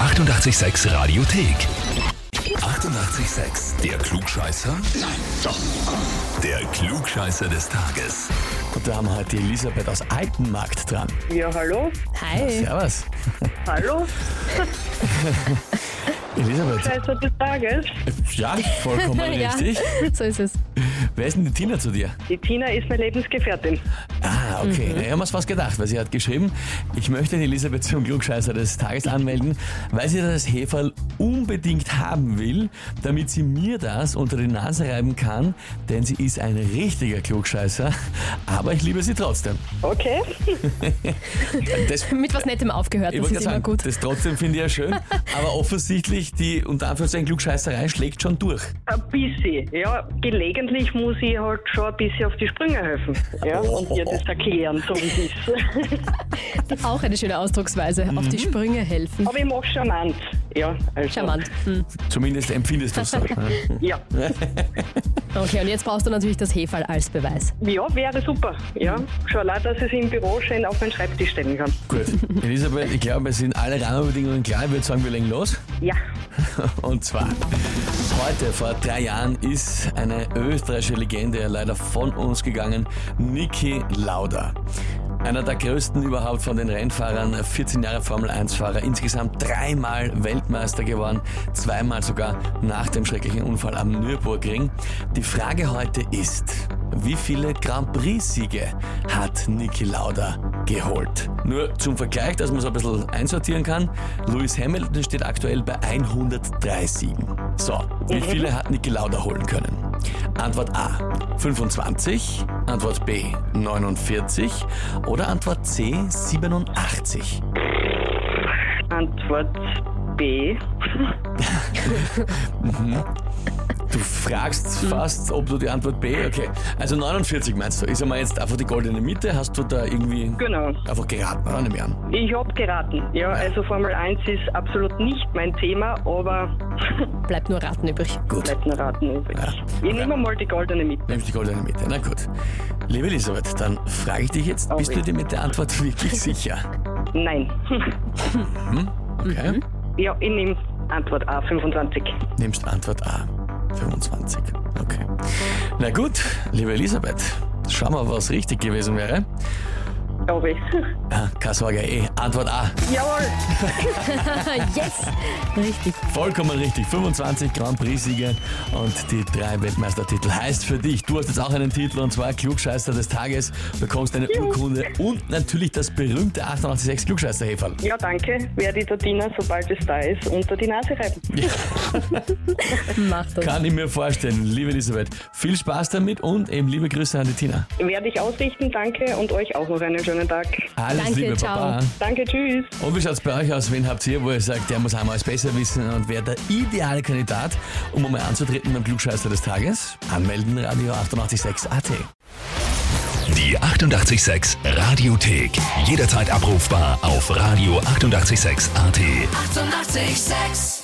886 Radiothek. 88,6. Der Klugscheißer? Nein, doch. Der Klugscheißer des Tages. Und da haben wir heute die Elisabeth aus Altenmarkt dran. Ja, hallo? Hi. Servus. Hallo? Elisabeth. Scheiße des Tages. Ja, vollkommen Ja. richtig. So ist es. Wer ist denn die Tina zu dir? Die Tina ist meine Lebensgefährtin. Ah, okay. Mhm. Na, ich habe mir's was gedacht, weil sie hat geschrieben, ich möchte die Elisabeth zum Klugscheißer des Tages anmelden, weil sie das Heferl unbedingt haben will, damit sie mir das unter die Nase reiben kann, denn sie ist ein richtiger Klugscheißer, aber ich liebe sie trotzdem. Okay. Das Mit was Nettem aufgehört, Ich das wollte ist gerade sagen, immer gut. das trotzdem finde ich ja schön, aber offensichtlich die unter Anführungszeichen Klugscheißerei schlägt schon durch. Ein bisschen. Ja, gelegentlich muss ich halt schon ein bisschen auf die Sprünge helfen. Ja, und ihr das erklären, so wie es ist. Auch eine schöne Ausdrucksweise. Auf Mhm. die Sprünge helfen. Aber ich mache charmant. Ja, also. Charmant. Hm. Zumindest empfindest du es so. Ja. Okay, und jetzt brauchst du natürlich das Hefall als Beweis. ja, wäre super. Ja, schon allein, dass ich es im Büro schön auf meinen Schreibtisch stellen kann. Gut, Elisabeth, ich glaube, es sind alle Rahmenbedingungen klar. Ich würde sagen, wir legen los. Ja. Und zwar, heute vor drei Jahren ist eine österreichische Legende leider von uns gegangen, Niki Lauda. Einer der größten überhaupt von den Rennfahrern, 14 Jahre Formel-1-Fahrer, insgesamt dreimal Weltmeister geworden, zweimal sogar nach dem schrecklichen Unfall am Nürburgring. Die Frage heute ist, wie viele Grand Prix-Siege hat Niki Lauda geholt? Nur zum Vergleich, dass man so ein bisschen einsortieren kann. Lewis Hamilton steht aktuell bei 103 Siegen. So, wie viele hat Niki Lauda holen können? Antwort A 25, Antwort B 49 oder Antwort C 87. Antwort B. Du fragst fast, ob du die Antwort B, okay. Also 49 meinst du. Ist einmal jetzt einfach die goldene Mitte, hast du da irgendwie Genau. einfach geraten, oder? Nehme ich an. Ich habe geraten. Ja, also Formel 1 ist absolut nicht mein Thema, aber Bleibt nur Raten übrig. Gut. bleibt nur raten übrig. Ich nehme mal die goldene mit. Nimmst die goldene Mitte. Na gut. Liebe Elisabeth, dann frage ich dich jetzt, Oh, bist weh. du dir mit der Antwort wirklich sicher? Nein. Okay. Ja, ich nehme Antwort A, 25. Nimmst Antwort A. 25. Okay. Na gut, liebe Elisabeth, schauen wir, was richtig gewesen wäre. Glaube ich. Ah, Keine Sorge, eh. Antwort A. Jawohl! Ah, yes! Richtig. Vollkommen richtig. 25 Grand Prix-Siege und die drei Weltmeistertitel. Heißt für dich, du hast jetzt auch einen Titel und zwar Klugscheißer des Tages, bekommst eine Urkunde und natürlich das berühmte 886 Klugscheißer-Heferl. Ja, danke. Werde ich der Tina, sobald es da ist, unter die Nase reiben. Macht das. Kann ich mir vorstellen, liebe Elisabeth. Viel Spaß damit und eben liebe Grüße an die Tina. Werde ich ausrichten, danke und euch auch noch einen schönen Tag. Alles Danke, Liebe, ciao. Baba. Danke, tschüss. Und wie schaut's bei euch aus? Wen habt ihr, wo ihr sagt, der muss einmal alles besser wissen und wer der ideale Kandidat, um einmal anzutreten beim Klugscheißer des Tages? Anmelden, Radio 886 AT. Die 88,6 Radiothek. Jederzeit abrufbar auf radio886.at. 88,6. Eighty-eight, sex.